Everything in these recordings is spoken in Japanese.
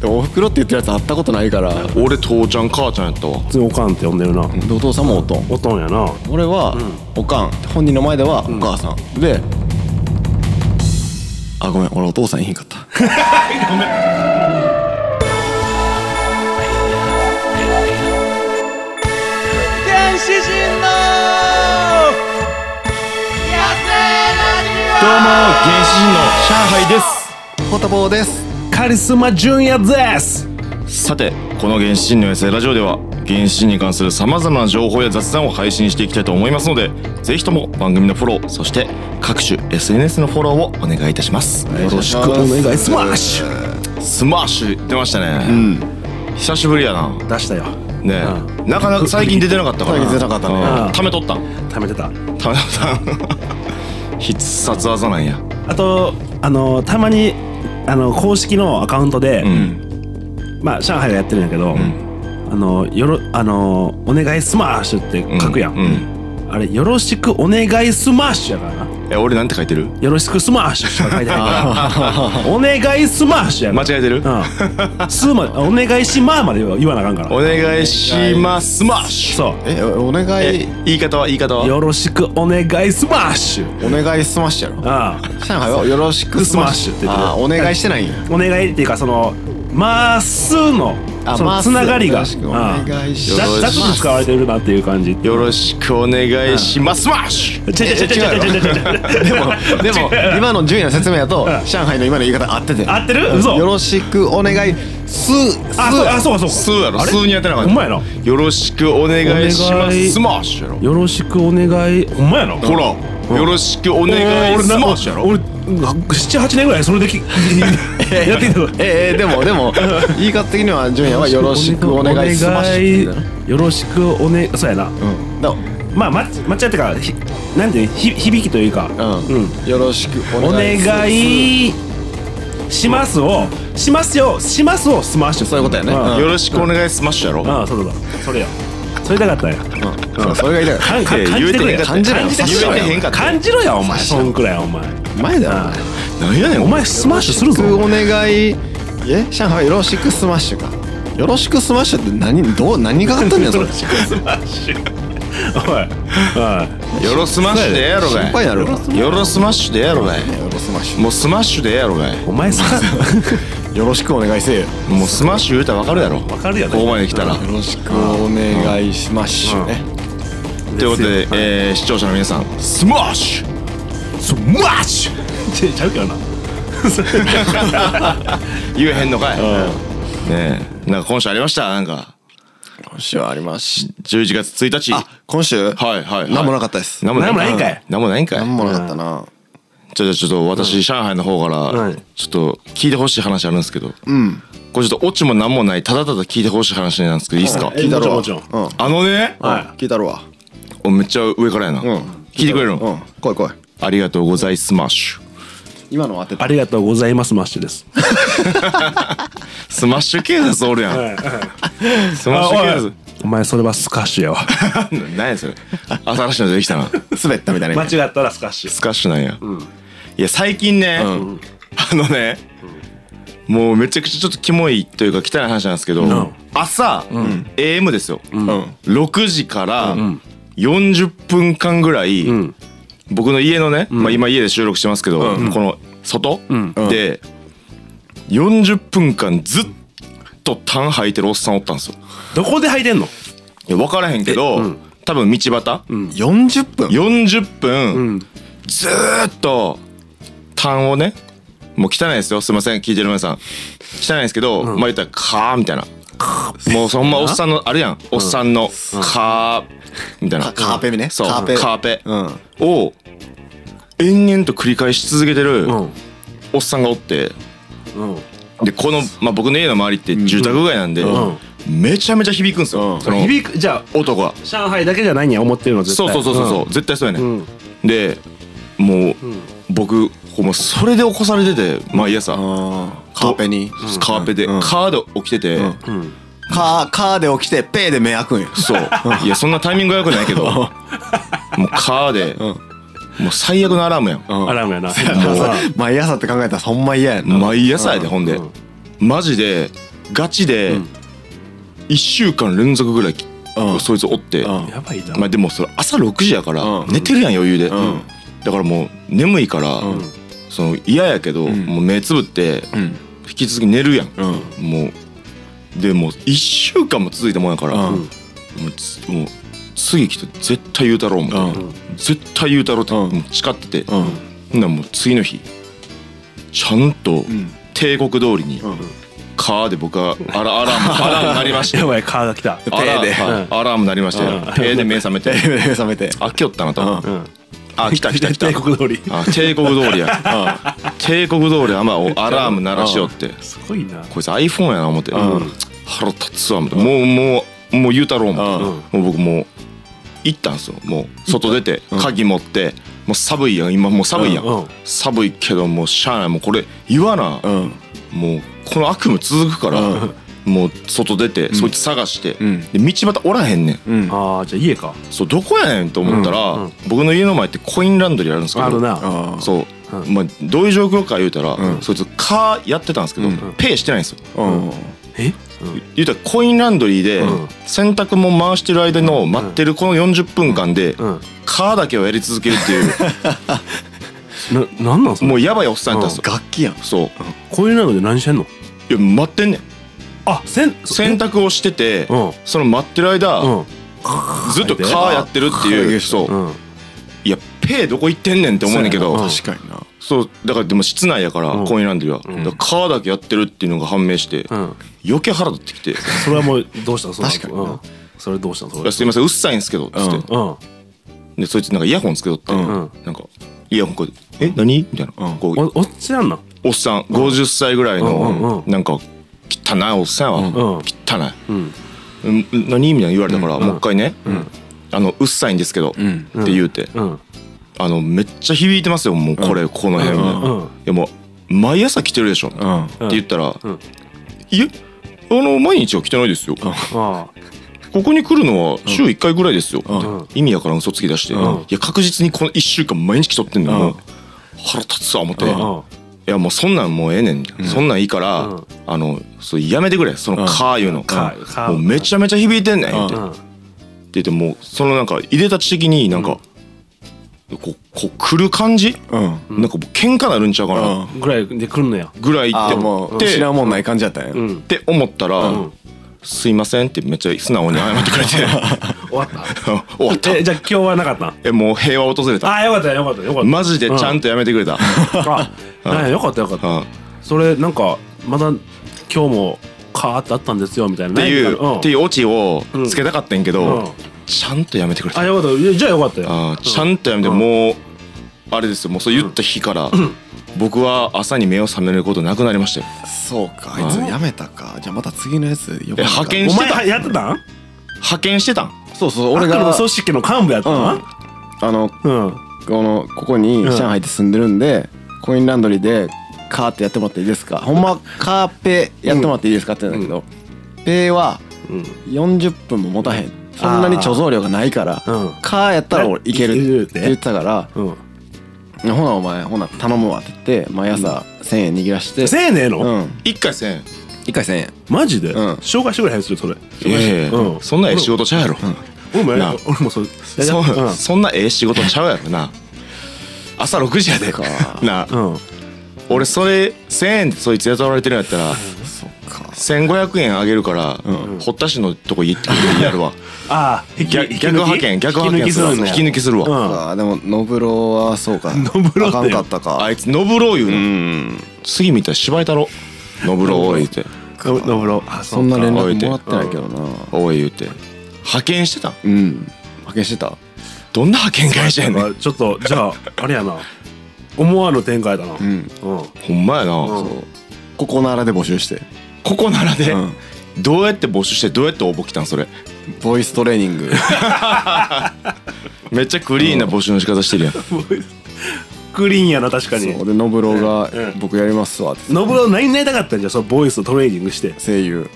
でもおふくろって言ってるやつ会ったことないから俺父ちゃん母ちゃんやったわ普通におかんって呼んでるなでお父さんもおとんおとんやな俺は、おかん本人の前ではお母さん、であごめん俺お父さんいへんかったどうも原原始人の野生ラジ始人の上海ですポタボーですカリスマ純也ですさてこの原始人の野生ラジオでは原始人に関するさまざまな情報や雑談を配信していきたいと思いますのでぜひとも番組のフォローそして各種 SNS のフォローをお願いいたしますよろしくお願いしますスマッシュスマッシュ出ましたね、久しぶりやな出したよねえ、なかなか最近出てなかったから最近出てなかったねうんうんためとったん貯めてたためとったん 必殺技なんやあとあのたまにあの公式のアカウントで、うんまあ上海がやってるんやけど、あのよろあの「お願いスマッシュ」って書くやん、うんあれ「よろしくお願いスマッシュ」やからなえ俺なんて書いてる「よろしくスマッシュ」しか書いてないから「お願いスマッシュ」や間な違えてる、うん、スーまで「お願いしまー」まで言わ言わなあかんからお願いしますスマッシュそ えお願えい言い方は言い方う「はよろしくお願いスマッシュお願いスマッシュや」ろああ上海はよろしくスマッシュって言ってるあーお願いしてないんやお願いっていうかその「まーす」のあそまのーつすながりよがろしくお願いしうんます雑雑に使われてるなっていう感じ違うよろしくお願いしますスマッシュ違う違う違う違う違う違うでもで も今の順位の説明やと上海の今の言い方合ってて合ってる嘘よろしくお願いすすあそうあそうかそうかスーやろあれスーにやってなかったほんまやなよろしくお願いしおま願いすスマッシュやろよろしくお願いほんまやなほらよろしくお願いスマッシュやろ俺78年ぐらいそれできやってきたからええでもでも言い方的には順也はよろしくお願いスマッシュって言ってたよよろしくおねそうやな、うんだまあま間違ってからひなんていうひ響きというか、うんよろしくおお願願いすいしますをしますよしますをスマッシュそういうことやねんうんよろしくお願いスマッシュやろああそうだそうだそれやそれだかったんやかそうそれが言いたかっんかいや感じてく言えれてへんかった感じてく言れえてへんかった感じろやお前そんくらいお前た前だよなんやねんお前スマッシュするよろしくぞお願いえ上海よろしくスマッシュかよろしくスマッシュって何どう何があったんだよそれ心おいおよろスマッシュでええやろが配いやろうなよよろスマッシュでええやろがいろスマッシもうスマッシュでええやろがいいお前さュよろしくお願いせえよもうスマッシュ言うたらわかるやろわかるやろここまで来たらよろしくお願いしましゅね。ということで、えー視聴者の皆さんスマッシュスマッシュちちゃうけどな言えへんのかい、ねえなんか今週ありましたなんか今週はありまし11月1日あ、今週はいはいはい何もなかったです。何もなんもないんかい何もないんかい何もなかったな。じゃあじゃあちょっと私、上海の方から、はいちょっと聞いてほしい話あるんですけど、これちょっとオチも何もないただただ聞いてほしい話なんですけどいいっすか、聞いたろわ。もちろんもちうん。あのね、は聞いたろわ。おめっちゃ上からやな、うん。聞いてくれるの、うん。来い来い。ありがとうございスマッシュ今の当てあた。りがとうございますマッシュですスマッシュ警察おるやん、スマッシュお前それはスカッシュやわ警察 何やそれ新しいの出てきたな 滑ったみたいな。間違ったらスカッシュスカッシュなんや、いや最近ね、あのね、もうめちゃくちゃちょっとキモいというか汚い話なんですけど、ん朝、AM ですよ、うん。 6時から40分間ぐらい、ん僕の家のね、まあ、今家で収録してますけど、この外、で40分間ずっとタン履いてるおっさんおったんですよ。どこで履いてんのいや分からへんけど、多分道端、 40分40分、ずーっと単をねもう汚いですよすいません聞いてる皆さん汚いですけど、まあ言ったら「かー」みたいなもうそんまおっさんのあれやんおっさんの「かー」みたいなカカーペねそうカカーペーペうん。を延々と繰り返し続けてるうんおっさんがおってうんでこの、まあ、僕の家の周りって住宅街なんで、うんめちゃめちゃ響くんですよ、その響くじゃあ音が。上海だけじゃないんや思ってるの絶そ対うそうそうそうそう、絶対そうやね、んでもう、僕ほんまそれで起こされてて毎朝、あーカーペに。カーペで、うんカーで起きてて、んうん、うん、カー、カーで起きて、ペーで目開くんよ。そういやそんなタイミングが良くないけどもうカーで、もう最悪のアラームやん、うんアラームやな 毎朝って考えたらほんま嫌やな。毎朝やで、ほんで、マジでガチで1週間連続ぐらいきうんそいつおって、うんやばいなまあでもそれ朝6時やからうん寝てるやん余裕で、んだからもう眠いから、うんその嫌やけど、んもう目つぶってうん引き続き寝るやん、うんもうでもう1週間も続いたもんやから、うんもうつもう次来て絶対言うたろうみたいな、う絶対言うたろうってうんもう誓ってて、うんほんならもう次の日ちゃんとん帝国通りにん「カー」で僕はアラアラ ームアラームなりましてやばいカーが来たアラーム手ではいアラームなりましてうん「手で目覚めて 目覚めて飽きよったなとうんうんあ来た来た来た帝国通りあ帝国通りや帝国通りやまあおアラーム鳴らしよってすごいなこいつ iPhone やな思ってん腹立つわみたいなもうもうもう言うたろうもうんもう僕もう行ったんすよもう外出て鍵持ってもう寒いやん今もう寒いやんうんうん寒いけどもうしゃあないもうこれ言わなうんもうこの悪夢続くからもう外出てそいつ探してうんで道端おらへんねんうんあああじゃあ家かそうどこやねんと思ったうんうらん僕の家の前ってコインランドリーあるんですけどあるなあそう、うんまあどういう状況か言うたら、うんそいつカーやってたんですけど、うんペイしてないんですようんえ言うたらコインランドリーでうん洗濯も回してる間の待ってるこの40分間でうんカーだけをやり続けるっていうななんなんそれもうやばいおっさんやったんですよ、楽器やんそうこういうので何してんのいや待ってんねんあせん洗濯をしてて、うんその待ってる間、うんずっとカーやってるってカーいでうそう、うんいやペイどこ行ってんねんって思うねんけど、そうやな確かになそうだからでも室内やから、うんコインランドリーは、んだからカーだけやってるっていうのが判明して、うん余計腹立ってきてそれはもうどうしたのその後確かになうんそれどうしたのそいれやすいませんうっさいんですけど」っつって、うんでそいつなんかイヤホンつけとって、んなんかイヤホンこうやって「え何?」みたいな、うんこうおおっちなんなんおっさん50歳ぐらいうんうんのうんなんか汚いおっさんは、うん汚うんい、ん何?」みたいな言われたから、んもう一回ね、あの「うっさいんですけど」うんって言うて、うんあのめっちゃ響いてますよもうこれ、この辺、うんいうんやもう毎朝来てるでしうょ、ってん言ったら「うんいえあの毎日は来てないですよ、あここに来るのは週1回ぐらいですよ」うんうん意味やから嘘つき出して、うんいや確実にこの1週間毎日来とってんのよ、うんもう腹立つわ思って、あいあやもうそんなんもうええねん、そんなんいいから、うんあのそうやめてくれその「か」いうの、かかもうめちゃめちゃ響いてんねん、うんってうん言ってもうそのなんかいでたち的になんか、こうこう来る感じ、うんなんかもう喧嘩なるんちゃうかな、うんぐらいで来るのやぐらいあってーも思っうて、知らんもんない感じやったんやうんって思ったら、うんすいませんってめっちゃ素直に謝ってくれて終わっ た終わったえじゃあ今日はなかったんえもう平和訪れたああよかったよかったよかったマジでちゃんとやめてくれた、あなんやよかったよかっうたんそれなんかまだ今日もカーってあったんですよみたいなっていう、うんっていうオチをつけたかったんやけど、うんちゃんとやめてくれた、あよかったいやじゃあよかったよあーちゃんとやめて、うんもうあれですよもうそう言った日から、僕は朝に目を覚めることなくなりましたよそうかあいつやめたかじゃあまた次のやつ呼ばなえ派遣おし前てたやってたん派遣してたんそうそう俺俺ががの組織の幹部やったうんなあのうんこのここにうん上海で住んでるんで、コインランドリーでカーってやってもらっていいですかほんまはカーペやってもらっていいですかって言うんだけど、ペはうん40分も持たへんそんなに貯蔵量がないから、うんカーやったら俺いけいけるるっってて言ってたからうんほなお前ほな頼むわって言って毎朝1,000円握らしてせえねえのうん一回せん1回1,000円マジで、うん紹介してくれへんするそれいやいやうんそんなええ仕事ちゃうやろ、俺もやなあ俺もそうそうんそんなええ仕事ちゃうやろな朝6時やでかなあ、うん俺それ1,000円でそいつ雇われてるんやったらそっか1,500円あげるから、堀田市のとこ行ってやるわああ引逆逆派遣逆派遣するわ引き抜きするわ、うんあーでもノブロはそうかノブロってあかんかったかあいつノブロー言ううの、ん次見たら芝居太郎ノブローおい言うてノノブロあそんな連置絡いてもらってないけどなおい言うて派遣してたんうん派遣してたどんな派遣会社やねんあちょっとじゃああれやな思わぬ展開だなうんんほんまやな、うんそうここならで募集してここならで、うんどうやって募集してどうやって応募来たんそれボイストレーニングめっちゃクリーンな募集の仕方し てるやん、クリーンやな確かにそうでノブロがう「ん僕やりますわ」って言ってノブロ何になりたかったんじゃんそのボイスをトレーニングして声優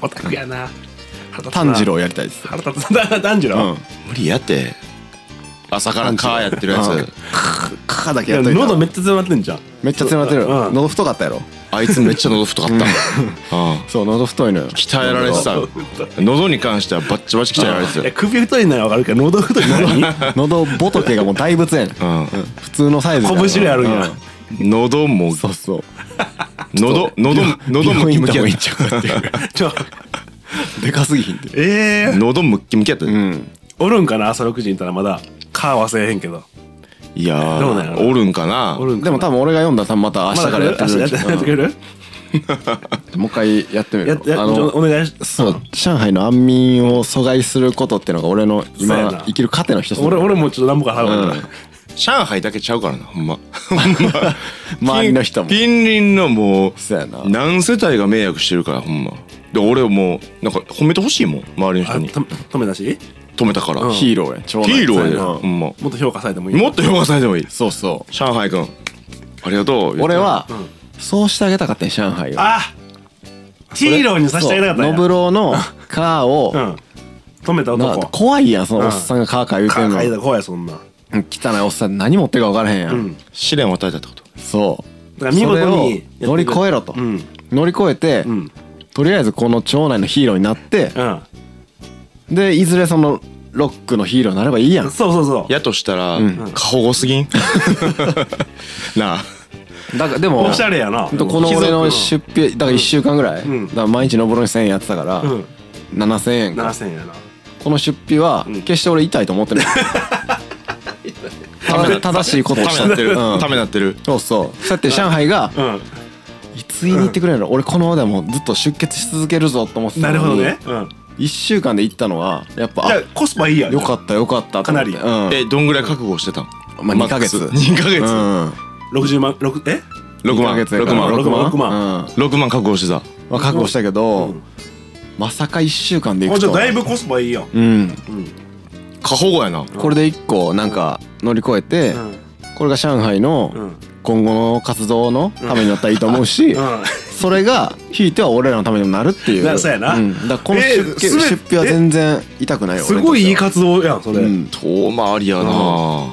オタクやな腹立つな炭治郎やりたいです腹立つな炭治郎無理やって朝からカーやってるやつ、うんカーだいけややっといた喉めっちゃ詰まってんじゃんめっちゃ詰まってるうん喉太かったやろ あいつめっちゃ喉太かった ああそう喉太いのよ鍛えられてた喉に関してはバッチバチ鍛えられていや首太いならわかるけど喉太いなら何喉仏がもう大仏やねんたようん普通のサイズから拳であるんやうん喉もそうそう喉喉喉ム病キ院行った方がムキやっいいんちゃうかっていうちょでかすぎひんってええた 喉ムッキムキやったうでんおるんかな朝6時にいたらまだ顔忘れへんけどいやどうなんやーろおるんかなおるんでも多分俺が読んだら多分また明ま日だからやって明日やるってやってくれるもう一回やってみるやってやあちょのお願いしそう上海の安眠を阻害することっていうのが俺のそうや今な生きる糧の一つ俺俺もちょっと何もか払うから上海だけちゃうからなほ んま周りの人も近隣のもうそうやな何世帯が迷惑してるからほんまで俺もうなんか褒めてほしいもん周りの人あにと止めなし止めたから、うんヒヒーローや超ーローややほんまもっと評価されてもいいもっと評価されてもいいそうそう上海君ありがとう俺はそうしてあげたかったん上海をあヒーローにさせてあげたかったんそうやノブローのカーをうん止めたな男怖いやんそのおっさんがカーカー言うてかんかいのだ怖いそんな汚いおっさん何持ってるか分からへんやうんん試練を与えたってことそうだから見そ事にれをやってくれ乗り越えろとうん乗り越えてうんとりあえずこの町内のヒーローになってうんでいずれそのロックのヒーローになればいいやんそうそうそうやとしたら、ん過保護 すぎんなあだからでもおしゃれやなほんとこの俺の出費だから1週間ぐらい、うんだから毎日のぼろに1000円やってたから、うん7000円か7000円やなこの出費はうん決して俺痛いと思ってない、 ただ正しいことをたしためなってるうんためなってるそうそうそうやって上海がうんいつ言いに行ってくれるの、俺このままでもうずっと出血し続けるぞと思ってたなのにるほどねうん1週間で行ったのはやっぱじゃああコスパいいやんよかったよかったと思ってかうんえどんぐらい覚悟してたんまあ2ヶ月2ヶ月うん60万6え6万二ヶ月やから6万六六万うん6万覚悟してたまあ覚悟したけど、うんまさか1週間で行あくじゃとあはだいぶコスパいいやんうんうん過保護やなこれで一個なんか乗り越えて、うんこれが上海うのん今後の活動のためになったらいいと思うし、 それがひいては俺らのためにもなるっていうなそうやなんだからこのえ出費,、すべて出費は全然痛くないよすごいいいか活動やんそれうん、遠回りやな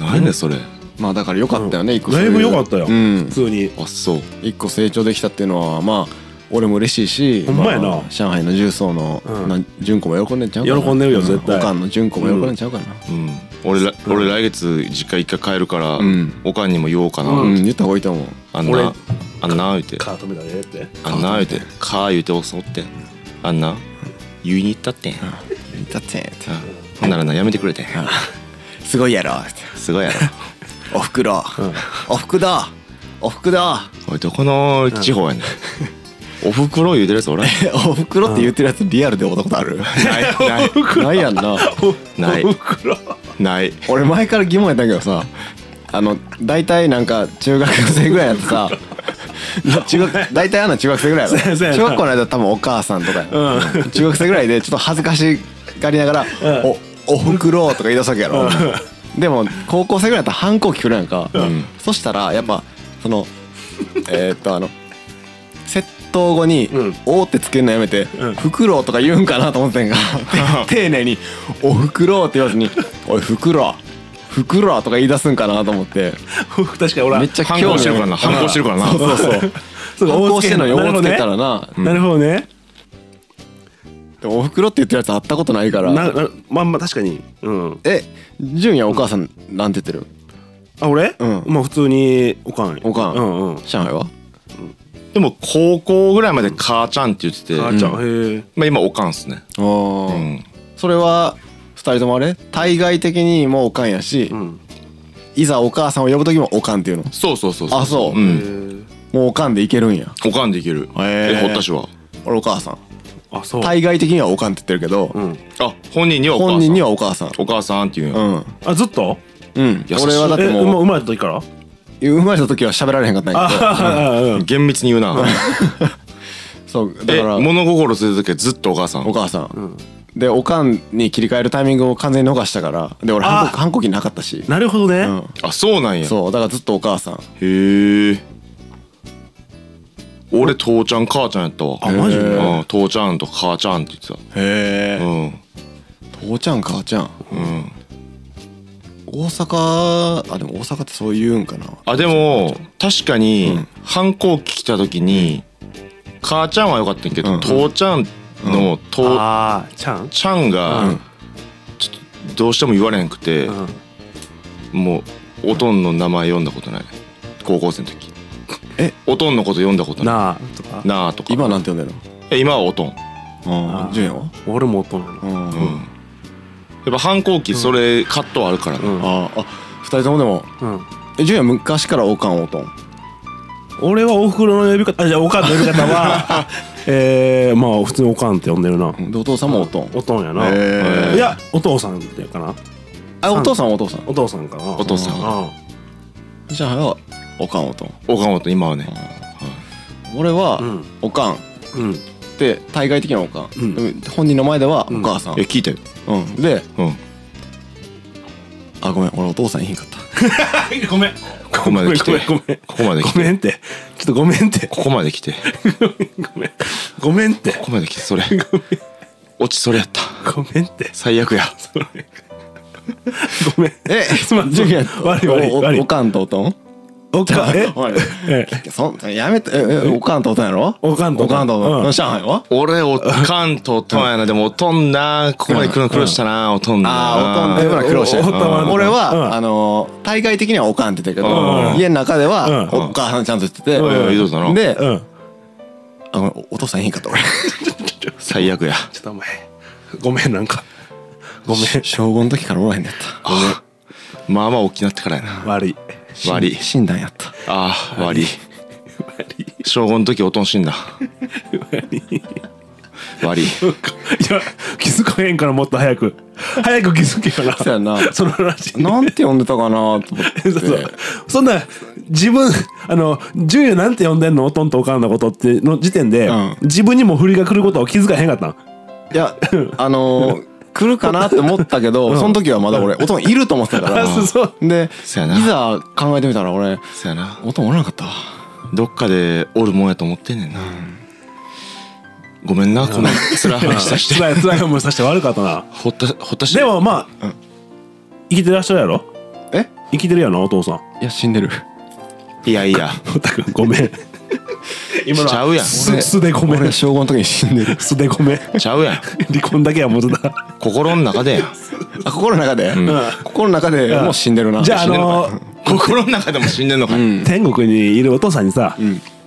何ねそれまあだから良かったよね、一個そうだいういぶ良かったよう普ん、通にあそう一個成長できたっていうのはまあ俺も嬉しいしほんまやなあ上海の重曹の、うんな純子も喜んでんちゃうかな喜んでるよ絶対おかんの純子も喜んでんちゃうかなうん俺ら俺来月実家一回帰るからうんおかんにも言おうかなうん、言った方がいいと思うあん俺なあんな言うてカー止めたねってあんな言うてかー言うて襲ってんあんな言いに行ったってんだってってあほんならなやめてくれてんすごいやろってすごいやろ おふくろ、おふくだおふくだおいどこの地方やねんおふくろ言うてるやつおらんおふくろって言ってるやつリアルで会ったことあ る ないないないやんなないお 袋ない 俺前から疑問やったんやけどさあの大体なんか中学生ぐらいやって さ中学大体あんな中学生ぐらいやろそうやそうやな中学校の間多分お母さんとかや、中学生ぐらいでちょっと恥ずかしがりながら「おおふくろ」とか言い出すわけやろ、でも高校生ぐらいだったら反抗期くるやんか、そしたらやっぱそのえーっとあの窃盗後にうん「お」ってつけるのやめてうん「フクロウ」とか言うんかなと思ってんが 丁寧に「おふくろう」って言わずに「おいフクロウフクロウ」とか言い出すんかなと思って確かに俺はめっちゃ反興抗味してるからな反抗してるからなそうそうそうそうか反抗大し津てんのに「なるお」ほつどけねたらななるほどね「おふくろ」って言ってるやつ会ったことないからななまあまあ確かにうんえ純也お母さんなんて言ってるあ俺うんまあ普通におかんおかんうんうん上海はでも高校ぐらいまで母ちゃんって言ってて、母ちゃんへえまあ今おかんっすね。あーうん。それは2人ともあれ対外的にもうおかんやし、んいざお母さんを呼ぶ時もおかんっていうのそうそうそうあそううへん。ーもうおかんでいけるんやおかんでいける。へーえ、堀田氏は。俺お母さんあそう対外的にはおかんって言ってるけど、うんあ、本人にはお母さん。本人にはお母さんお母さんっていう。うんんあずっとうん優しい俺はだっえてうまも生まれた時からう生まれた時は喋られへんかったんやあうん厳密に言う な。けどそうだえ、から物心するときはずっとお母さん。お母さん、でおかんに切り替えるタイミングを完全に逃したからで俺あ反抗反抗期なかったし、なるほどねうん、あ、そうなんや。そうだからずっとお母さんへえ。俺父ちゃん母ちゃんやったわ。あマジでうん。父ちゃんと母ちゃんって言ってへた。うえん。父ちゃん母ちゃんうん。大阪あでも大阪ってそう言うんかなあでも確かに反抗期来た時に母ちゃんは良かったんやけうんうどん父ちゃんの父ああちゃんちゃんうがんちょっとどうしても言われへんくてうんもうおとんの名前読んだことない高校生の時えおとんのこと読んだことないなあとかなあとか今なんて呼んでるえ今はおとんのうあーん順位は俺も音なのうんうんやっぱ反抗期それカットあるからうねんあーあ二人ともでもうんえ順位は昔からおかんおとん俺はおふくろの呼び方あじゃあおかんの呼び方は えー、まあ普通におかんって呼んでるなでお父さんもおとんおとんやな、えーいやお父さんっていうかなあお父さんはお父さんお父さんかなお父さんはあじゃあおかんおとん岡本今はね俺はうんおかんっうんて対外的なおかうんんでも本人の前ではおうん母さんいや聞いたようんでうんあごめん俺お父さんいいんかったごめんここまで来てごめんごめんここまで来ごめてんってちょっとごめんってここまで来てごめんごめんってここまで来てそれ落ちそれやったごめんって最悪やごめん えすまん順位は悪い悪いおお悪いおかんとおとんおかえおいえそんやめてええおかんとおとんやろおかんとおおとんかんとおうとんん上海は俺おかんとおとんやなでもおとんなここまで来るの苦労したなおとんなああおとんでほら苦労しておおおおおおおおお俺うんはあのー対外的にはおかんって言ってるけうどん家の中ではうんお母さんちゃんと言っててうん言うとったなでうんあごめんおお父さんいいんか った俺最悪やちょっとお前ごめんなんかごめん小5の時からおらへんのやったまあまあ大きなってからやな悪い割り診断やったああ割り小5の時おとん死んだ割りいや気づかへんからもっと早く早く気づけよなそうやなその話なんて呼んでたかなと思って そうそうそんな自分あの「純也なんて呼んでんのおとんとおかんのこと」っての時点で、うん自分にも振りが来ることを気づかへんかったんいやあのー来るかなって思ったけど、その時はまだ俺おとんいると思ってたかあら そうそうでそうやないざ考えてみたら俺そやなおとんおらなかったわどっかでおるもんやと思ってんねんなごめんなこんな辛い話さして 辛い辛い思いさせて悪かったなほったほったしてでもまあ、生きてらっしゃるやろえ生きてるやろお父さんいや死んでるいやいや太田君ごめん今ちゃうやんす素でごめん俺小5の時に死んで る素でごめん ちゃうやん離婚だけは元だ心の中でやんあ心の中で、心の中でもう死んでるなじゃああ死んでんののか心の中でも死んでんのかい、天国にいるお父さんにさ、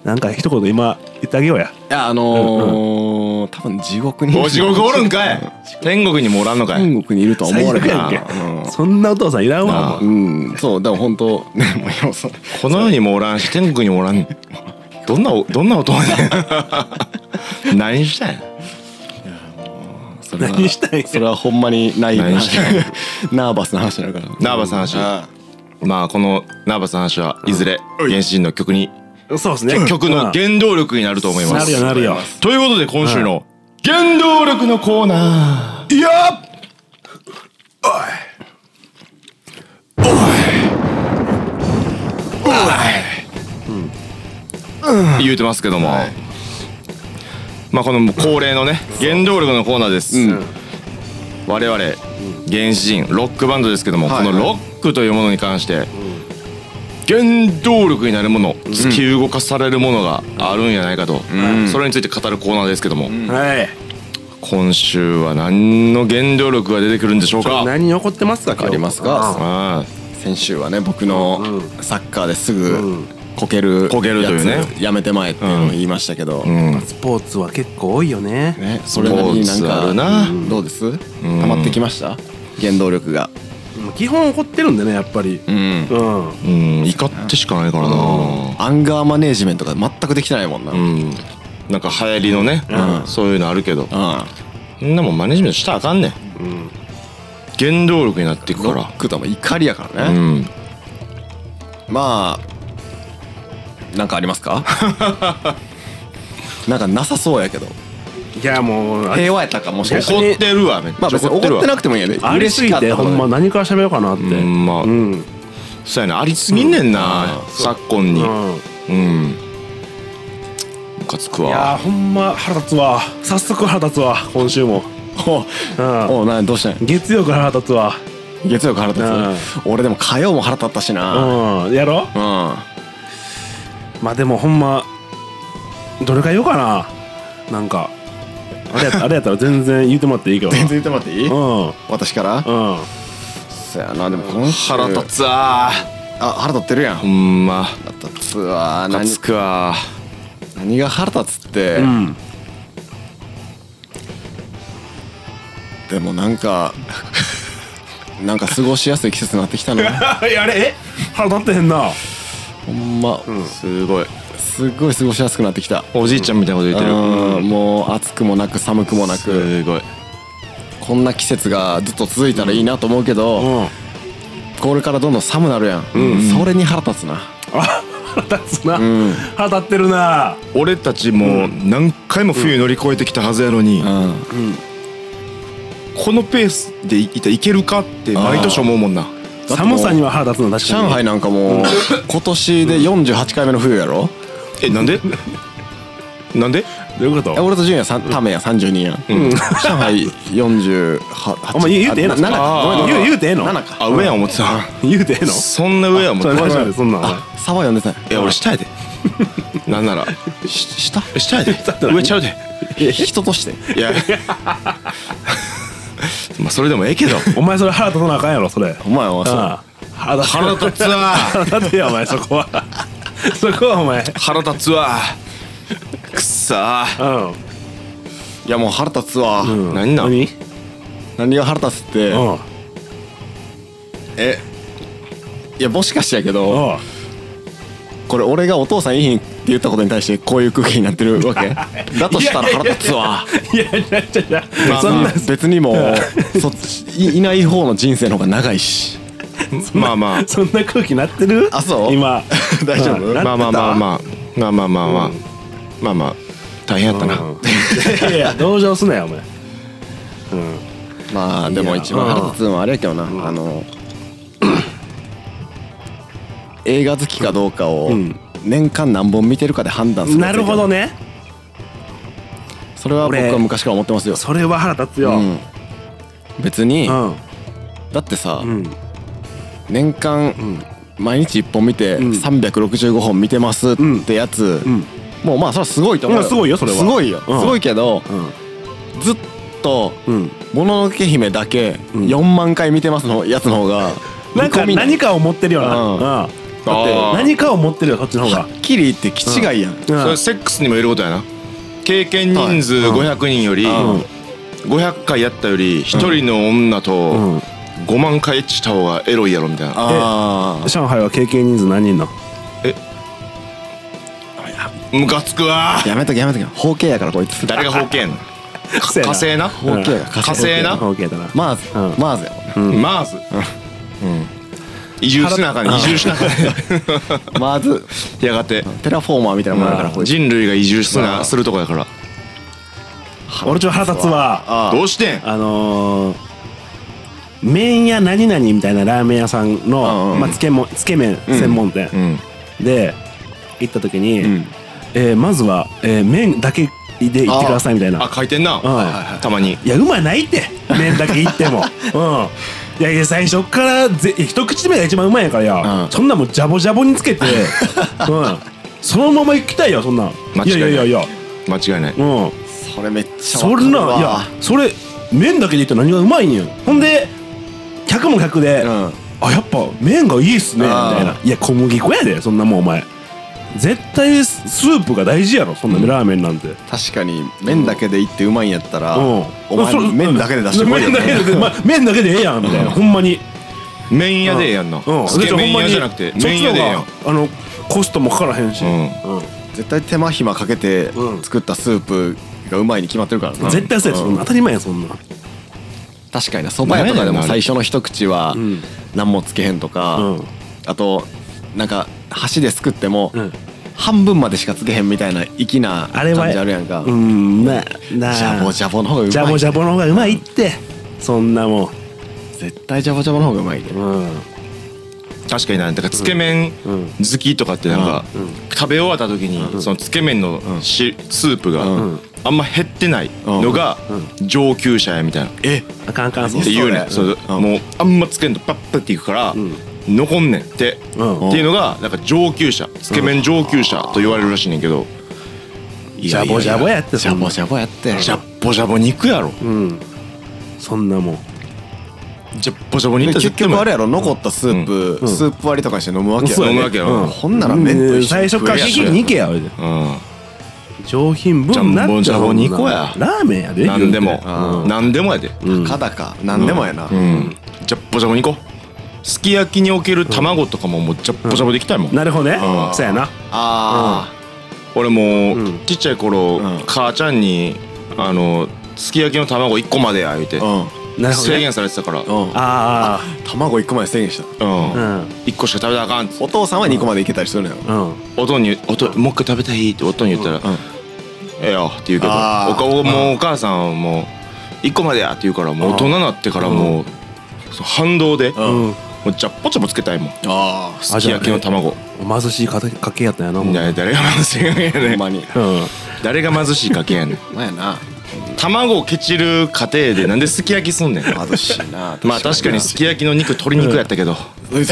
なんか一言今言ってあげようやいやあのー、多分地獄にお地獄おるんかい天国にもおらんのかい、天国にいるとは思最われ悪るやんけな、そんなお父さんいらんわもううん、うんそうでも本当ねもう今そうこの世にもおらんし天国にもおらんどんなおどんな音やねん 何したんやそれは何したいそれはほんまにない何話したいナーバスな話になるからナーバスな話あまあこのナーバスの話はいずれ原始人の曲にそうですね曲の原動力になると思いまなるすよなるよということで今週の原動力のコーナーいや 言うてますけども、まあこのもう恒例のね原動力のコーナーです、我々原始人ロックバンドですけども、はいこのロックというものに関して、原動力になるもの突き動かされるものがあるんじゃないかと、それについて語るコーナーですけども、はい今週は何の原動力が出てくるんでしょうか何に怒ってますかありますかあ先週はね僕のサッカーですぐこけるこけるというねやつやめてまえっていうのを言いましたけど、あうんスポーツは結構多いよねね、それなりになんスポーツあかるなどうです溜まってきました原動力がうん基本怒ってるんでねやっぱりうんうん、うん怒ってしかないからなアンガーマネージメントが全くできてないもんな、ううんんなんか流行りのね、うんそういうのあるけどそんなもんマネジメントしたらあかんねんうん、原動力になっていくロかッらクとも怒りやからうね、んまあなんかありますかなんかなさそうやけどいやもうあ平和やったかもしかしたら怒ってるわめっちまゃあ別に怒ってる怒っわてなくてもいいやであり嬉すしぎかってたほほんんまま何から喋ろうかなってうんまあうんそうやなありすぎんねんな昨今にうんうんムカつくいやーわほんま腹立つわ早速腹立つわ今週も、おうおなんどうしたんん、月曜から腹立つわ月曜から腹立つ俺でも火曜も腹立ったしなうんやろうんまあでもほんまどれから言おうかななんかあれやった あれやったら全然言うてもらっていいけどな全然言ってもらっていいうんうん私からそやなでも今週腹立つわあ腹立ってるやんほんま腹立つわムカ何つくわ何が腹立つってうんでもなんかなんか過ごしやすい季節になってきたのい やあれえ腹立ってへんなほんますごいすっごい過ごしやすくなってきたおじいちゃんみたいなこと言ってるうんもう暑くもなく寒くもなくすごいこんな季節がずっと続いたらいいなと思うけど、うんこれからどんどん寒なるやん、それに腹立つな 腹立つなうん腹立ってるな俺たちも何回も冬乗り越えてきたはずやのに、うんこのペースでいいけるかって毎年思うもんなもう寒さには腹立つの確か上に海なんかもう今年で48回目の冬やろえなんでなんでどういうこえと俺と純也さんタメや32やん上海48お前言うてええの7かごめんごめん言う言うてええの7かあ上や思ってた言うてええのそんな上や思そっんてなたそんなんお前あサバ読んでたんやいや俺 下やでなんならし下え下やで上ちゃうでえ人としていやまあそれでもええけ どお前それ腹立たなあかんやろそれお前はそうああ腹立腹立つわ腹立ってよお前そこは そこはお前腹立つわくっさーうんいやもう腹立つわうん何なん何何が腹立つっうてんえいやもしかしてやけどおうこれ俺がお父さんいい日って言ったことに対してこういう空気になってるわ けだとしたら腹立つわいやいやいやいやまあ そんまなあ別にもうそっちいいない方の人生の方が長いしまあまあそんな空気なってるあそう今大丈夫うんまあまあまあなまっあまあまあまあまあまあまあ大変やったなてたいやいや同情すなよお前まあでも一番腹立つのはあれやけどなあの 映画好きかどうかをん年間何本見てるかで判断するなるほどねそれは僕俺は昔から思ってますよそれは腹立つよううんん別にうんだってさうん年間毎日1本見てん365本見てますってやつんもうまあそれはすごいと思うまあすごいよそれはすごいよすうんごいけどずっとうん「もののけ姫」だけ4万回見てますのやつの方が なんか見込みない何かを持ってるようんなうんだってあー何かを持ってるよそっちの方がはっきり言って気違いやん、そうんれセックスにもよることやな経験人数はい500人よりん500回やったより一人の女うんと5万回エッチした方がエロいやろみたいなあ上海は経験人数何人のムカつくわあやめとけやめとけ包茎やからこいつ誰が方 形やんそうやな火星な包茎やから火星な方形だなマーズ、うんマーズやもんマーズ移住しなあかんね移住しなあかんねなマーズ やがてテラフォーマーみたいなもんやからこいつ人類が移住すうなんするとこやから俺ちょっと腹立つわあどうしてんあのー麺屋何々みたいなラーメン屋さんうの、んうんまあ、つけもつけ麺専門店、うんで行った時に、んえーまずは、えー麺だけで行ってくださいみたいなあ書いてんなはいはいはたまにいやうまないって麺だけ行ってもうんいやいや最初っからぜ一口目が一番うまいんやからや、うんそんなもんジャボジャボにつけて、うん、そのまま行きたいよそんなん間違いないやいやいやいや間違いないうんそれめっちゃそんないやそれ麺だけで言ったら何がうまいんよほんで客も客で、うんあやっぱ麺がいいっすねみあーたいないや小麦粉やでそんなもんお前絶対ススープが大事やろそんなラーメンなんて、うん確かに麺だけでいってうまいんやったら、お前そ麺だけで出してこいよ、麺ね、だけで、ま、麺だけでええやんみたいな、ほんまに麺屋でええやんなうんつけほ麺んま屋にじゃなくてそっ麺ち屋のでええや方んがあのコストもかからへんし、うんうん絶対手間暇かけてうん作ったスープがうまいに決まってるからな絶対そうやそんな当たり前やそんな確かになそば屋とかでも最初の一口はん何もつけへんとか、うんあとなんか箸ですくってもうん半分までしかつけへんみたいな粋なあ感れじはあるやんかうんななジャボジャボの方がうまいジャボジャボの方がうまいってそんなもん絶対ジャボジャボの方がうまいでうん確かになだからつけ麺うん好きとかってなんか食べ終わった時にそのつけ麺のしスープがあんま減ってないのが上級者やみたいなっえあかんあかんそうて言うねんそうねそうもうあんまつけんとパッパッていくから残んねんってうんっていうのがなんか上級者つけ麺上級者と言われるらしいねんけどジャボジャボやってジそャんなボジャボやってジャッボジャボ肉やろうんそんなもんジャッボジャボ肉結局あれややろ残ったスープ、んスープ割りとかにして飲むわけやそうろ飲むわけやうんろほんなら麺と一緒最に初食かえやらん食えや2けやおいでうん上品分なジャンっボてジャボ2個やそんなラーメンやで何でもうん何でもやでうんかだか何でもやな、うんジャッボジャボ2個すき焼きにおける卵とかももうジャッボジャボできたいもんなるほどねうんそうやなあ俺もうんちっちゃい頃うん母ちゃんにあのすき焼きの卵1個までや言うてあうんなるほど制ね限されてたからうんうん、あ卵1個まで制限したあうん1個しか食べたらあかんっつってお父さんは2個までいけたりするのよ、うん音に音もう一回食べたいって音に言ったらうん「ええよ」って言うけどおあーかおもうお母さんはもう「1個までや」って言うからもう大人になってからもうそう反動でもうんうんうジャッポジャポつけたいもんああすき焼きの卵貧しい家庭家系やったんやなもういや誰が貧しい家やほねんんまにうん誰が貧しい家系やねんまあやな卵をケチる家庭でなんですき焼きすんねん貧しいな まあ確かにすき焼きの肉鶏肉やったけどええ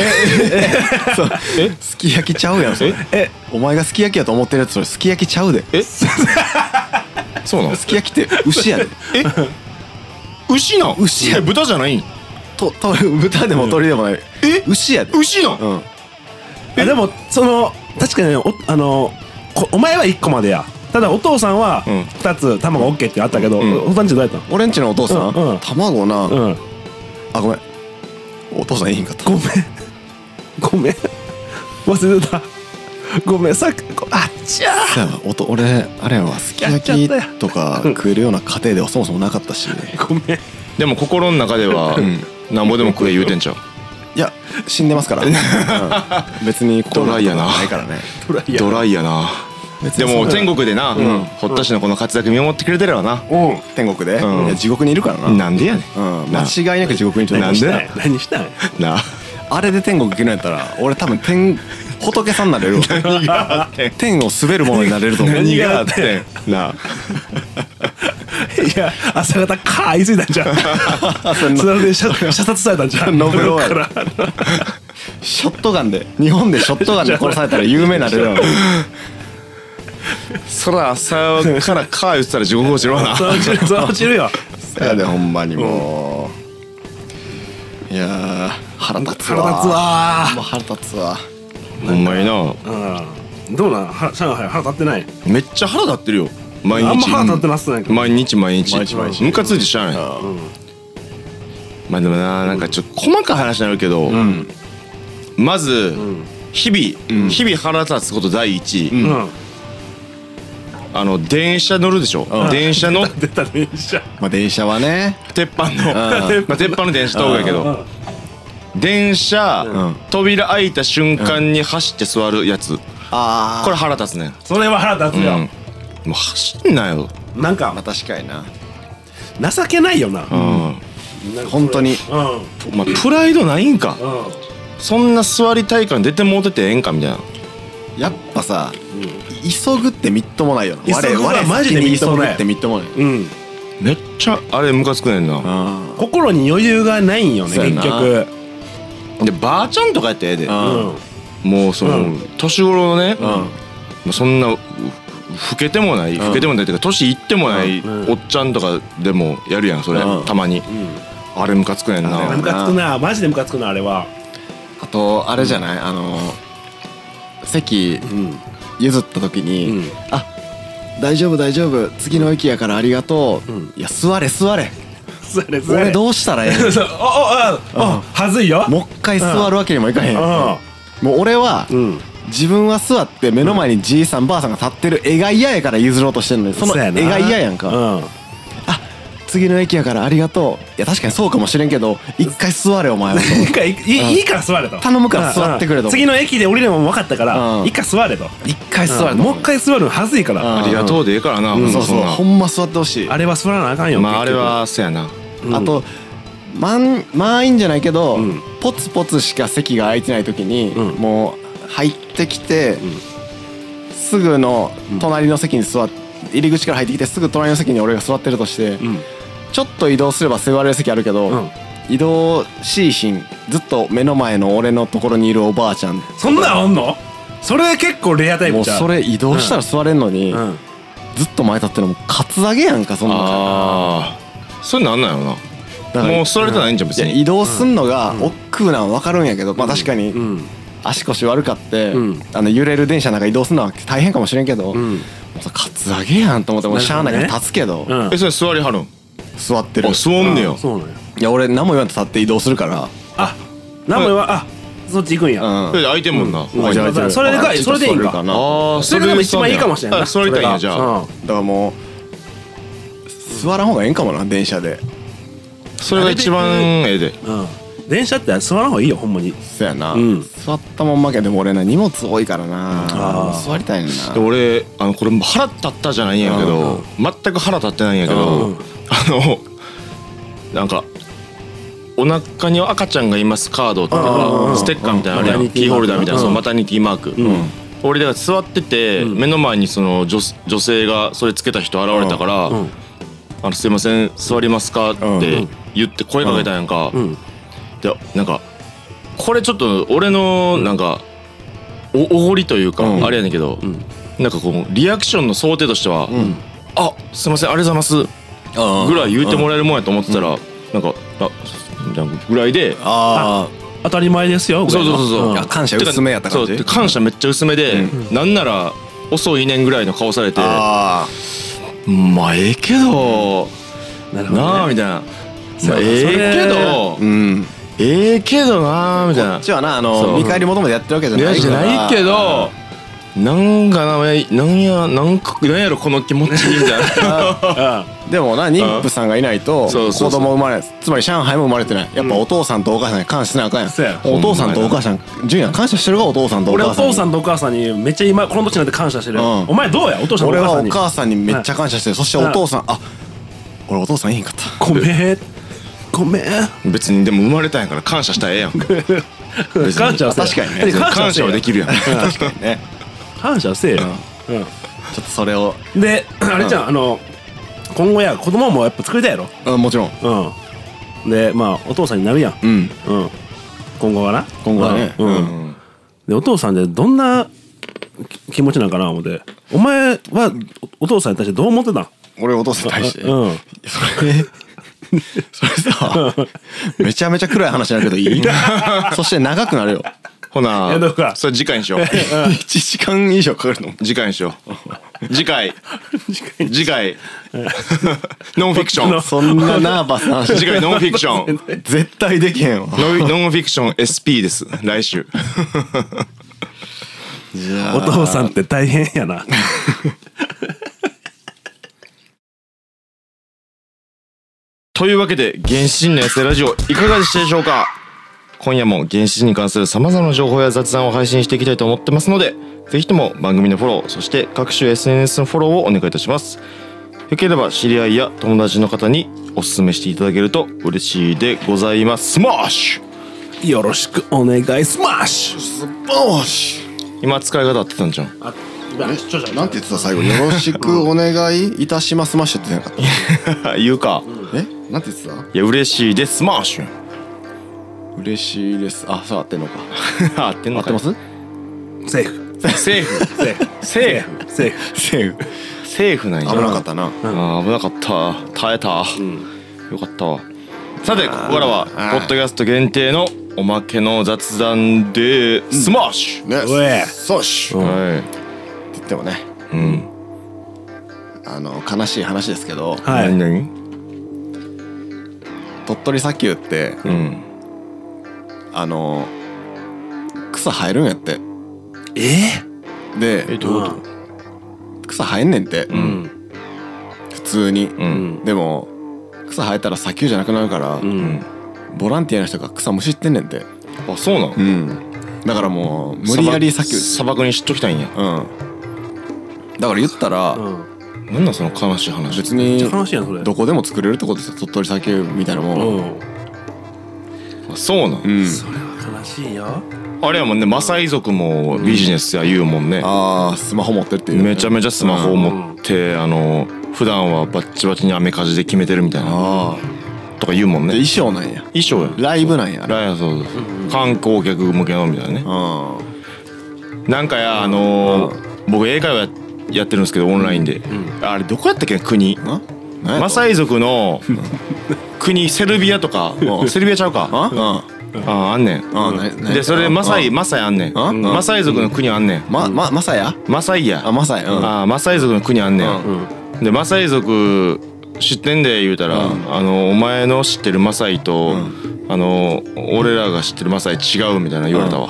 えそうすき焼きちゃうやんそれえお前がすき焼きやと思ってるやつそれすき焼きちゃうでえ そうなのすき焼きって牛やでえ牛なの牛やえ豚じゃないんとと豚でも鳥でもないえ牛やで牛なうのんあでもその確かにねおあのこお前は1個までやただお父さんはうん2つ卵 OK ってあったけど、んお父さんちどうやったの俺んちのお父さん、うんうん卵な、うんあごめんお父さんいいんかったごめんごめん忘れてたごめんさっきこあっちゃーそうやわおと俺あれやわすき焼やっきちゃったよとか食えるような家庭ではそもそもなかったしごめんでも心の中ではなんぼでも食え言うてんちゃういや死んでますから、うん別に心ドライやなないからねトライドライやな別でにそんなも全国でな堀田市のこの活躍見守ってくれてるわなうん天国で、うんいや地獄にいるからな、なんでやねうん、間違いなく地獄にいると思うなんで何何したんやんなああれで天国行けないんやったら俺多分天仏さんになれるわ天を滑るものになれると思う何があっててんなあいや朝方かー言いついたんじゃんそんなそれで射射殺されたんじゃんノブローやからショットガンで日本でショットガンで殺されたら有名になれるわそら朝からか言ってたら地獄落ちるわなそれ落ちるそれ落ちるよいやでほんまにもういやー腹立つわ腹立つわもう腹立つわ ほんまになうんどうなんは上海腹立ってないめっちゃ腹立ってるよ毎日あんま腹立ってなすないか毎日毎日毎日毎日ムカついてしゃあないまあでもななんかちょっと細かい話になるけど、んまず、日々、日々腹立つこと第一、う位んあの電車乗るでしょ、電車乗っ出た電車まあ電車はね鉄板の、まあ、鉄板の電車通るやけど、電車、ん扉開いた瞬間に走って座るやつ、あこれ腹立つねん、それは腹立うつん、もよう走んなよ、なんあまあか確かにな情けないよなうん本当にうんまあ、プライドないんかうんそんな座りたい感出てもうててええんかみたいなやっぱさ急ぐってみっともないよな急ぐは我マジでみっともない我先に急ぐってみっともないうんめっちゃあれムカつくねんなあ心に余裕がないんよねそうや結な局でばあちゃんとかやったらええであもうその、う年頃のね、うんもうそんなうう老けてもないうん老けてもないっていうか年いってもないうんうんおっちゃんとかでもやるやんそれ、うんたまに、あれムカつくねんなあれムカつくなマジでムカつくなあれはあとあれじゃないあの席うん譲った時うにん「あ大丈夫大丈夫次の駅やからありがとう」うんいや座れ座れそれそれ俺どうしたらええそうおおおおはずいよのもう一回座るわけにもいかへんうもう俺はんうん自分は座って目の前にじいさんばあさんが立ってる絵が嫌やから譲ろうとしてるのにそのうや絵なが嫌やんかうん次の駅やからありがとういや確かにそうかもしれんけど一回座れお前はと一回いいいいから座れと頼むから座ってくれとうん次の駅で降りるのも分かったかうらん一回座れと一回座れうとんもう一回座るのはずいかうんらありがとうでええからな、そうそそんうなほんま座ってほしいあれは座らなあかんよまああれ結局はそやなうんあと満満員じゃないけど、うんポツポツしか席が空いてない時に、うんもう入ってきて、すぐの隣の席に座っ入り口から入ってきてすぐ隣の席に俺が座ってるとして、んちょっと移動すれば座れる席あるけど、うん移動しいひんずっと目の前の俺のところにいるおばあちゃんそんなんおんのそれ結構レアタイもプうじゃんそれ移動したら座れんのに、うんずっと前立ってるのもカツアゲやんかそんなんああそれなんなんやろだなからもう座れてないんじゃん別いやに移動すんのが億劫なん分かるんやけど、まあ確かにうん足腰悪かって、うんあの揺れる電車なんか移動するのは大変かもしれんけど、うんもうさカツアゲやんと思ってもうしゃあないからなるほどね立つけどうんえそれ座りはるん座ってるあ座んねやあそうなんやいや俺何も言わんと立って移動するからあ名前はあそっち行くんやうんそれで空いてんもんなまあじゃあまあそれでかいちょっとそれでいいんか座るなだかああそれがでも一番いいかもしれんないあ座りたいんやじゃあらもう座らん方がええんかもな電車でそれが一番ええでうん電車って座らん方がいいよほんまにそやな、うん座ったまんまけでも俺な荷物多いからなあー座りたいねんなで俺あのこれ腹立ったじゃないんやけど全く腹立ってないんやけうどんあのなんかお腹には赤ちゃんがいますカードとうんかステッカーみたいなのあうんるやんキーホルダーみたいなうんそのマタニティマーク俺だから座ってて目の前にその女女性がそれつけた人現れたからうんうん「あのすいません座りますか?」って言って声かけたんやんかうんでなんかこれちょっと俺のなんかおおごりというかうんあれやねんけどんなんかこうリアクションの想定としてはん「あすいませんありがとうございます」うんぐらい言うてもらえるもんやと思ってたらなんか「あみたいなぐらいであ当たり前ですよそうそうそうそうあ、んあ感謝薄めやったそ感うじで感謝めっちゃ薄めでなんなら遅いねんぐらいの顔されてあまあええけどなるほなあどねみたいなそうまあええけどあうんええけどなあみたいなこっちはなあそうの見返り求めてやってるわけじゃないじゃからないけどなんかななんやなんかなんやろこの気持ちみたいなでもな妊婦さんがいないとんそう子そうそう供生まれつまり上海も生まれてないやっぱお父さんとお母さんに感謝しなあかんやんそうやお父さんとお母さん純也は感謝してるかお父さんとお俺母おさんに父さんとお母さんにめっちゃ今この年になって感謝してるうんお前どうやお父さんとお俺母はさんおに母さんにめっちゃ感謝してるそしてお父さんあ俺お父さんいいんかったごめんごめん 別にでも生まれたんやから感謝したらええやん か別感謝はせえ確かにね別感謝はせえでき るやん確かにね感謝はせえようちょんっとそれをであれじゃんあの今後や子供もやっぱ作りたいやろあもちろんうんでまあお父さんになるやんうんうん今後はな今後はねうんうんでお父さんでどんなき気持ちなんかな思ってお前はおお父さんに対してどう思ってたん俺お父さんに対してうんそれそれさめちゃめちゃ暗い話だけどい いそして長くなるよほないやどうかそれ次回にしよう1時間以上かかるの次回にしよう次回次 回ノンフィクションそんなナーバスな話次回ノンフィクション絶対できへんわノンノンフィクション SP です来週 お父さんって大変やなというわけで原始人の野生ラジオいかがでしたでしょうか今夜も原始人に関するさまざまな情報や雑談を配信していきたいと思ってますのでぜひとも番組のフォローそして各種 SNS のフォローをお願いいたしますよければ知り合いや友達の方にお勧めしていただけると嬉しいでございますスマッシュよろしくお願いスマッシュ今使い方合ってたんじゃん あ今視聴者なんて言ってた最後よろしくお願いいたしますマッシュって言ってなかっ言うかたえなんて言ってたいや嬉しいですスマッシュ 嬉しいですあそう合ってんのか合ってん合のってかますセーフセーフセーフセーフセー フセーフセーフなんや危なかったなあー危なかった耐えた、よかったわさてここからはポッドキャスト限定のおまけの雑談でスマッシュ、ねおいそうしってはい言ってもねうんあの悲しい話ですけどはい何何鳥取砂丘ってうんあの草生えるんやってえでどういうこ草生えんねんってうん普通にうんうんでも草生えたら砂丘じゃなくなるからうんボランティアの人が草むしってんねんってあそうなのうんだからもう無理やり砂丘砂漠に知っときたいんやうんだから言ったらうんなんなんその悲しい話別めにっちゃ悲しいやんそれどこでも作れるってことですよ鳥取砂丘みたいなもんうんあそうなの、うんそれは悲しいよあれやもんねマサイ族もビジネスや言うもんね、ああスマホ持ってっていうめちゃめちゃスマホを持って、あの普段はバッチバチにアメカジで決めてるみたいなああとか言うもんね衣装なんや衣装やライブなんやライアそうそう観光客向けのみたいなねあなんかやあのー僕英会話ややってるんですけどオンラインで、あれどこやったっけな国あん何やマサイ族の国セルビアとかセルビアちゃうかああああんねんあななでそれマサイあマサイあんねんあうんマサイ族の国あんねんままマサやマサイやあマサイうんあーマサイ族の国あんねうんでマサイ族知ってんで言うたら、あのお前の知ってるマサイと、あの俺らが知ってるマサイ違うみたいな言われたわ、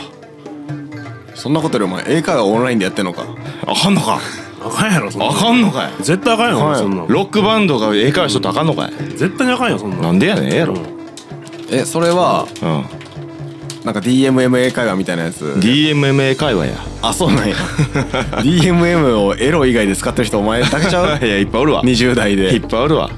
そんなことよりお前英会話オンラインでやってんのかあかんのかあかんやろそんなあかんのかい絶対あかんよそんなロックバンドが英会話しとったらあかんのかい絶対にあかんよそんななんでやねんええやろ、うんえそれはなんか DMM 英会話みたいなやつ DMMA 会話やあそう なんや DMM をエロ以外で使ってる人お前だけちゃう いやいっぱいおるわい20代でっぱいおるわ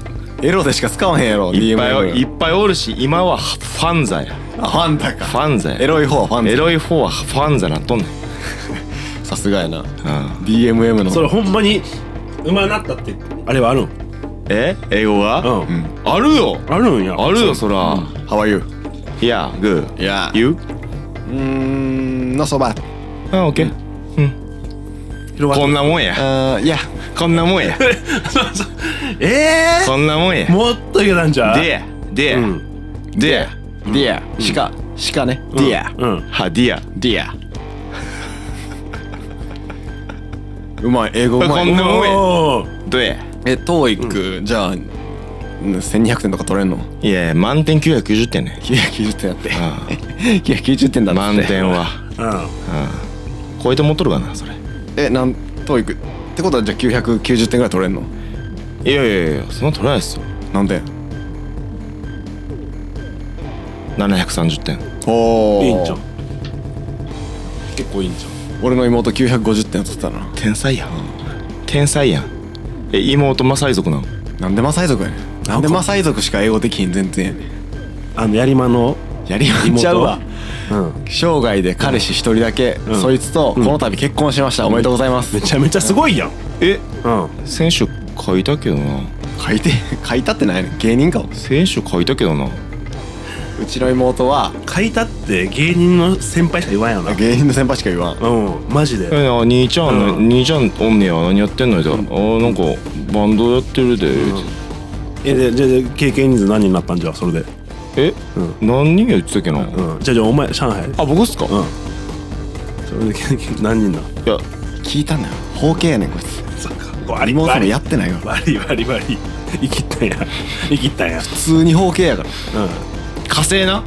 エロでしか使わへんやろいっぱいお DMM いっぱいおるし今はファンザやあファンだかファンザやエロい方はファンだエロい方はファンザなっとんねん、さすがやなうん、 DMM のそれほんまにうまなったってあれはあるんえ英語が、うん、あるよあるんやあるよそら、 How are you? Yeah, good. Yeah You? うーんのそばあ、OK。広がこっんなもんや。あいやこんなもんや。てえこんなもんやえ。もっといけたんじゃうで、でう、んで、 Dear しかしかね Dear うんは、ディア。 Dear うまい英語うまこいんなもんや。おーどや。え、トーイック、じゃあ、うん1200点とか取れんのいやいや、満点990点ね。 ?990 点や って。あ990点だっあつって。満点は。うん超えて持っとるかな、それ。え、なん、トーイック。ってことは、じゃあ990点ぐらい取れんのいやいやいや、そんな取れないっすよ。なんで730点。おー。いいんじゃん結構いいんじ俺の妹950点取ってたな。天才やん。天才やん。え、妹マサイ族なのなんでマサイ族やねん。なんでマサイ族しか英語できひん全然やねん。ゃんあのやりまのやりまんちゃうわ。うん生涯で彼氏一人だけ、そいつとこの度結婚しました。おめでとうございますめ。ちゃめちゃすごいやんえ、うん選手書いたけどな。書いて、 書いたってないねん。芸人かも。選手書いたけどな。うちの妹は、書いたって芸人の先輩しか言わんやろな芸人の先輩しか言わん。うんマジでえな兄ちゃん、うん兄ちゃんおんねや何やってんのやあーなんかバンドやってるで、えでじゃあじゃあ経験人数何人になったんじゃそれでえ、何人や言ってたっけな、うんじゃあじゃあお前上海あ僕っすか、いうんそれで経験何人なや聞いたんだよ。包茎やねん、こいつ。そっかリモートもやってないわバリバリバリ生きったんや生きったんや普通に包茎やから火星な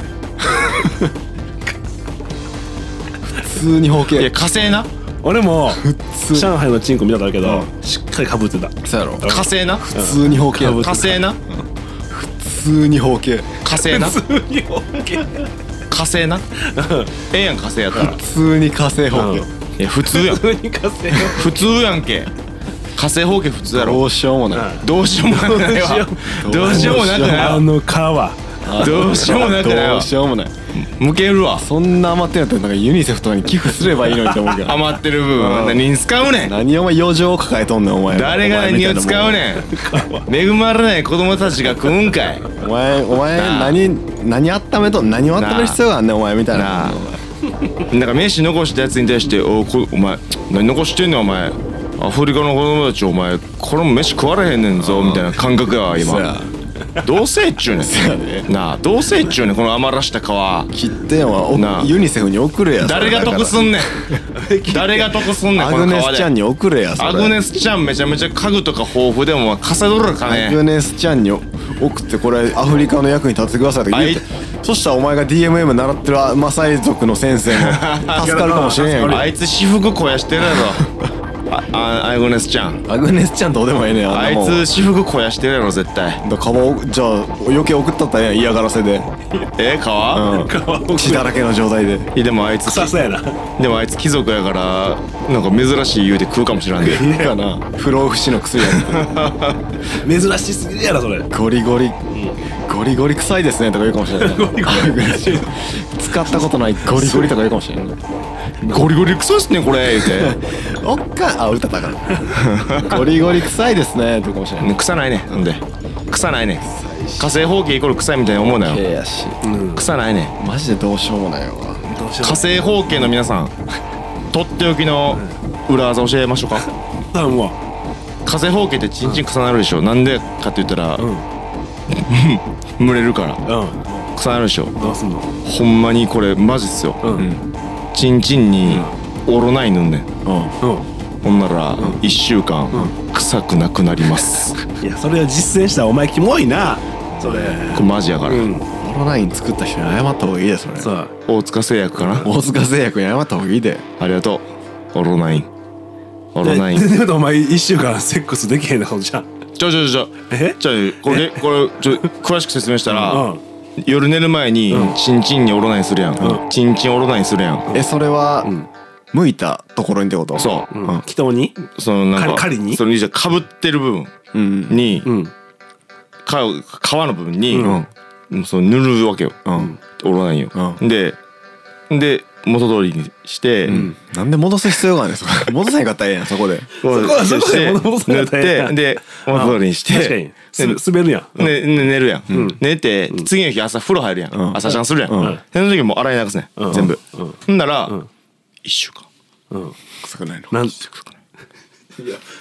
普通に包茎いやや火星な俺も普通上海のチンコ見たことあるけどしっかりかぶってたそうやろ火星な普通に包茎や火星な普通に包茎火星な普通に OK 火星なええやん火星やったら普通に火星包茎 いや普通やん普通に稼よ普通やんけ火星方形普通やどろうしようもなういんどうしようもなくないわどうしようもなくないあわの川どうしようもなくないどわうしようもない向けるわそんな余ってるんやったらなんかユニセフとかに寄付すればいいのにと思 うけど余ってる部分何に使うねん何お前余剰を抱えとんねんお前誰が何を使うねん恵まれない子供たちが食うんかいお前お前なあ何何温めとん何を温める必要があんねんお前みたいななあなんか飯残したやつに対して「おこお前何残してんねんお前アフリカの子供たちお前これも飯食われへんねんぞ」みたいな感覚やわそ今やどうせっちゅうねんなあどうせっちゅうねんこの余らした皮切ってんわおなあユニセフに送れやそれ誰が得す んねん誰が得すんねんアこグネの皮スちゃでんに送れやそれアグネスちゃんめちゃめちゃ家具とか豊富でお前稼いどるかアグねネスちゃんに送ってこれアフリカの役に立ってくださいとか言うてそしたらお前が DMM 習ってるマサイ族の先生も助かるかもしれん やんあいつ私服肥やしてるやろああアグネスちゃんアグネスちゃんどうでもええねんんあないもんつ私服肥やしてるやろ絶対だからカバンをじゃあ余計送ったったらええやん嫌がらせでえ川、うん血だらけの状態でいやでもあいつさそうやなでもあいつ貴族やからなんか珍しい言うて食うかもしらんでいいかな不老不死の薬やって珍しすぎるやろそれゴリゴリゴリゴリ臭いですねとか言うかもしれない使ったことないゴリゴリとか言うかもしれないゴリゴリクソっすねこれ言うおっかあ歌ったからゴリゴリ臭いですねとかもしれないて臭ないねほんで臭ないね火星放棄イコール臭いみたいに思うなえよえやし臭ないねマジでどうしようもないわ火星放棄の皆さんとっておきの裏技教えましょうか頼むわ火星放棄ってチンチン臭なるでしょなんでかって言ったら蒸れるからう臭なるでしょんどうすんのほんまにこれマジっすようんうんチンチンにオロナイン塗んねんほんならん1週間臭くなくなりますいやそれを実践したらお前キモいなそれこれマジやからうんオロナイン作った人に謝った方がいいでそれそう大塚製薬かな大塚製薬に謝った方がいいでありがとうオロナインオロナインでちでもお前一週間セックスできへんのじゃんょちょちょえちょこれこれちょ詳しく説明したうらん夜寝る前にうんチンチンにオロナインするやうんんチンチンオロナインするやんえそれはうん向いたところにってことそううん祈祷にそのなんかか狩りにそのじゃかぶってる部分ううんにうんか皮の部分にうんうんその塗るわけようんおらないよ、でで元通りにして、うんなんで戻す必要があるんです か戻せへんかったらええやんそこでこうそこはそこしでて戻さな塗いっとええやてんで元通りにして確かにす滑るやんうんねね寝るやん、ん寝て次の日朝風呂入るやん、うん朝シャンするやん、うんその時もう洗い流すね、うん全部、うんほんなら、ん一週間うん臭くないのなん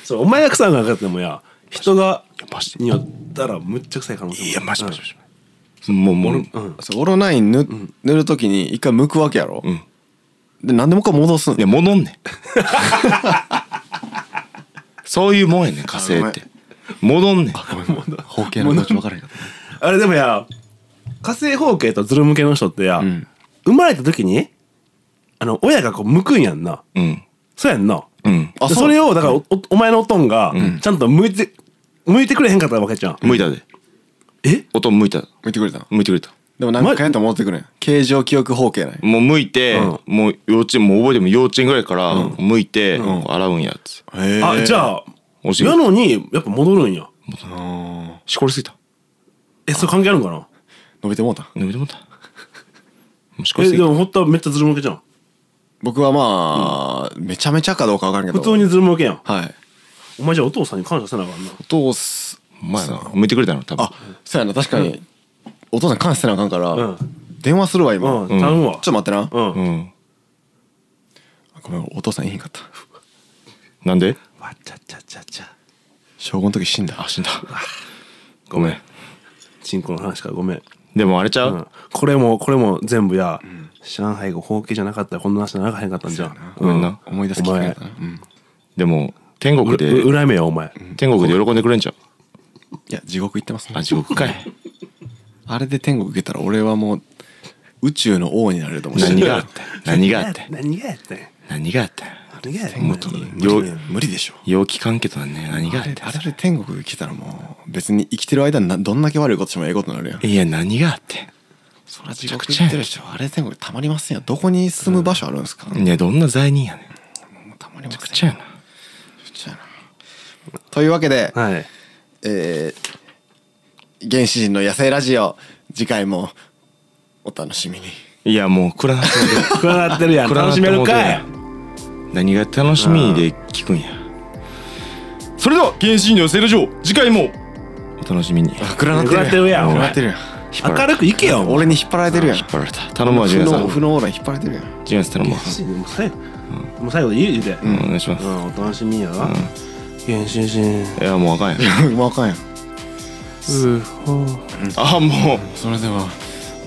そうお前が臭くなかったでもや人がによったらむっちゃ臭い可能性もいやマジマジマジ、もうもう、うんうんそうオロナイン塗塗るときに一回剥くわけやろうんで何でもう一回戻すんいや戻んねんそういうもんやねん火星って戻んねん方形の話分からへんかっあれでもや火星方形とズル向けの人ってやん生まれた時にあの親がこう向くんやんなうんそうやんなうん あでそうそれをだからおおお前のおとんがちゃんと向いて向いてくれへんかったわけじゃん向いたでえ音向いた向いてくれたの向いてくれたでも何回やったら戻ってくれん形状記憶方形ないもう向いて、うんもう幼稚園もう覚えても幼稚園ぐらいから向いて、洗うんやつあじあゃあおしやのにやっぱ戻るんやしこりすぎたえそれ関係あるんかな伸びてもうた伸びてもったもうしこりえすぎでたもほんとはめっちゃズル向けじゃん僕はまあめちゃめちゃかどうか分からんけ普ど通にズル向けやんはいお前じゃあお父さんに感謝せなあかんなお父すお前な向いてくれたの多分あそうやな確かにお父さん関してなあかんから、うん電話するわ今、うんちょっ頼むわと待ってな、ううんんごめんお父さんいへんかったなんでわちゃちゃちゃちゃ小5の時死んだあ死んだごめんチンコの話からごめん、でもあれちゃう、うん、これもこれも全部や、上海が放棄じゃなかったらこんな話ならへんかったんじゃんごめんな思い出すお機会だ前ったな、うん、でも天う国でう恨めよお前天国で喜んでくれんちゃういや地獄行ってますねあ地獄かいあれで天国行けたら俺はもう宇宙の王になれると思う何があって何があって何がやってん何があって何がやってんもっと陽無理でしょ陽気関係とはね何がああっれてあれで天国来たらもう別に生きてる間などんだけ悪いことしてもええことになるやんいや何があってそら地獄行ってる人はあれで天国たまりませんよどこに住む場所あるんですか、いやどんな罪人やねんたまりめませちゃんくちゃやなちゃなというわけで、はいえー原始人の野生ラジオ次回もお楽しみにいやもう暗なってる 暗なってるやん楽しめるかい何が楽しみで聞くんやそれでは原始人のセルジオ次回もお楽しみに引っ暗暗なってるやんお暗な前ってるやん明るくいけよ俺に引っ張られてるやん張られた頼むわジュ負ンヤさのん負のオーラに引っ張られてるやん ジュンヤさん頼むわお前もう最後もう最後で言う言うて、うんお願いしまうすん、お楽しみや、原始人いやもうあかんやんまあかんやんあもうそれでは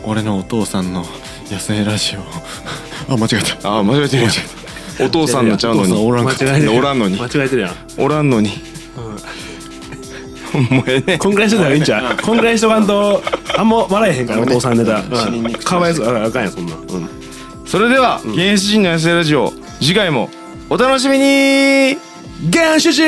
俺のお父さんの野生ラジオあ間違えたあ間違えてるやんお父さんのちゃうのお父さんおらにん間かった違えてるや おらんのに間違えてるやんおらんのに もうええねこんぐらいしといた方がいいんちゃうこんぐらいしとかんとあんま笑えへんからお父さんネタうんかわいそうああかんやんそんなんうんそれでは原始人の野生ラジオ次回もお楽しみに原始人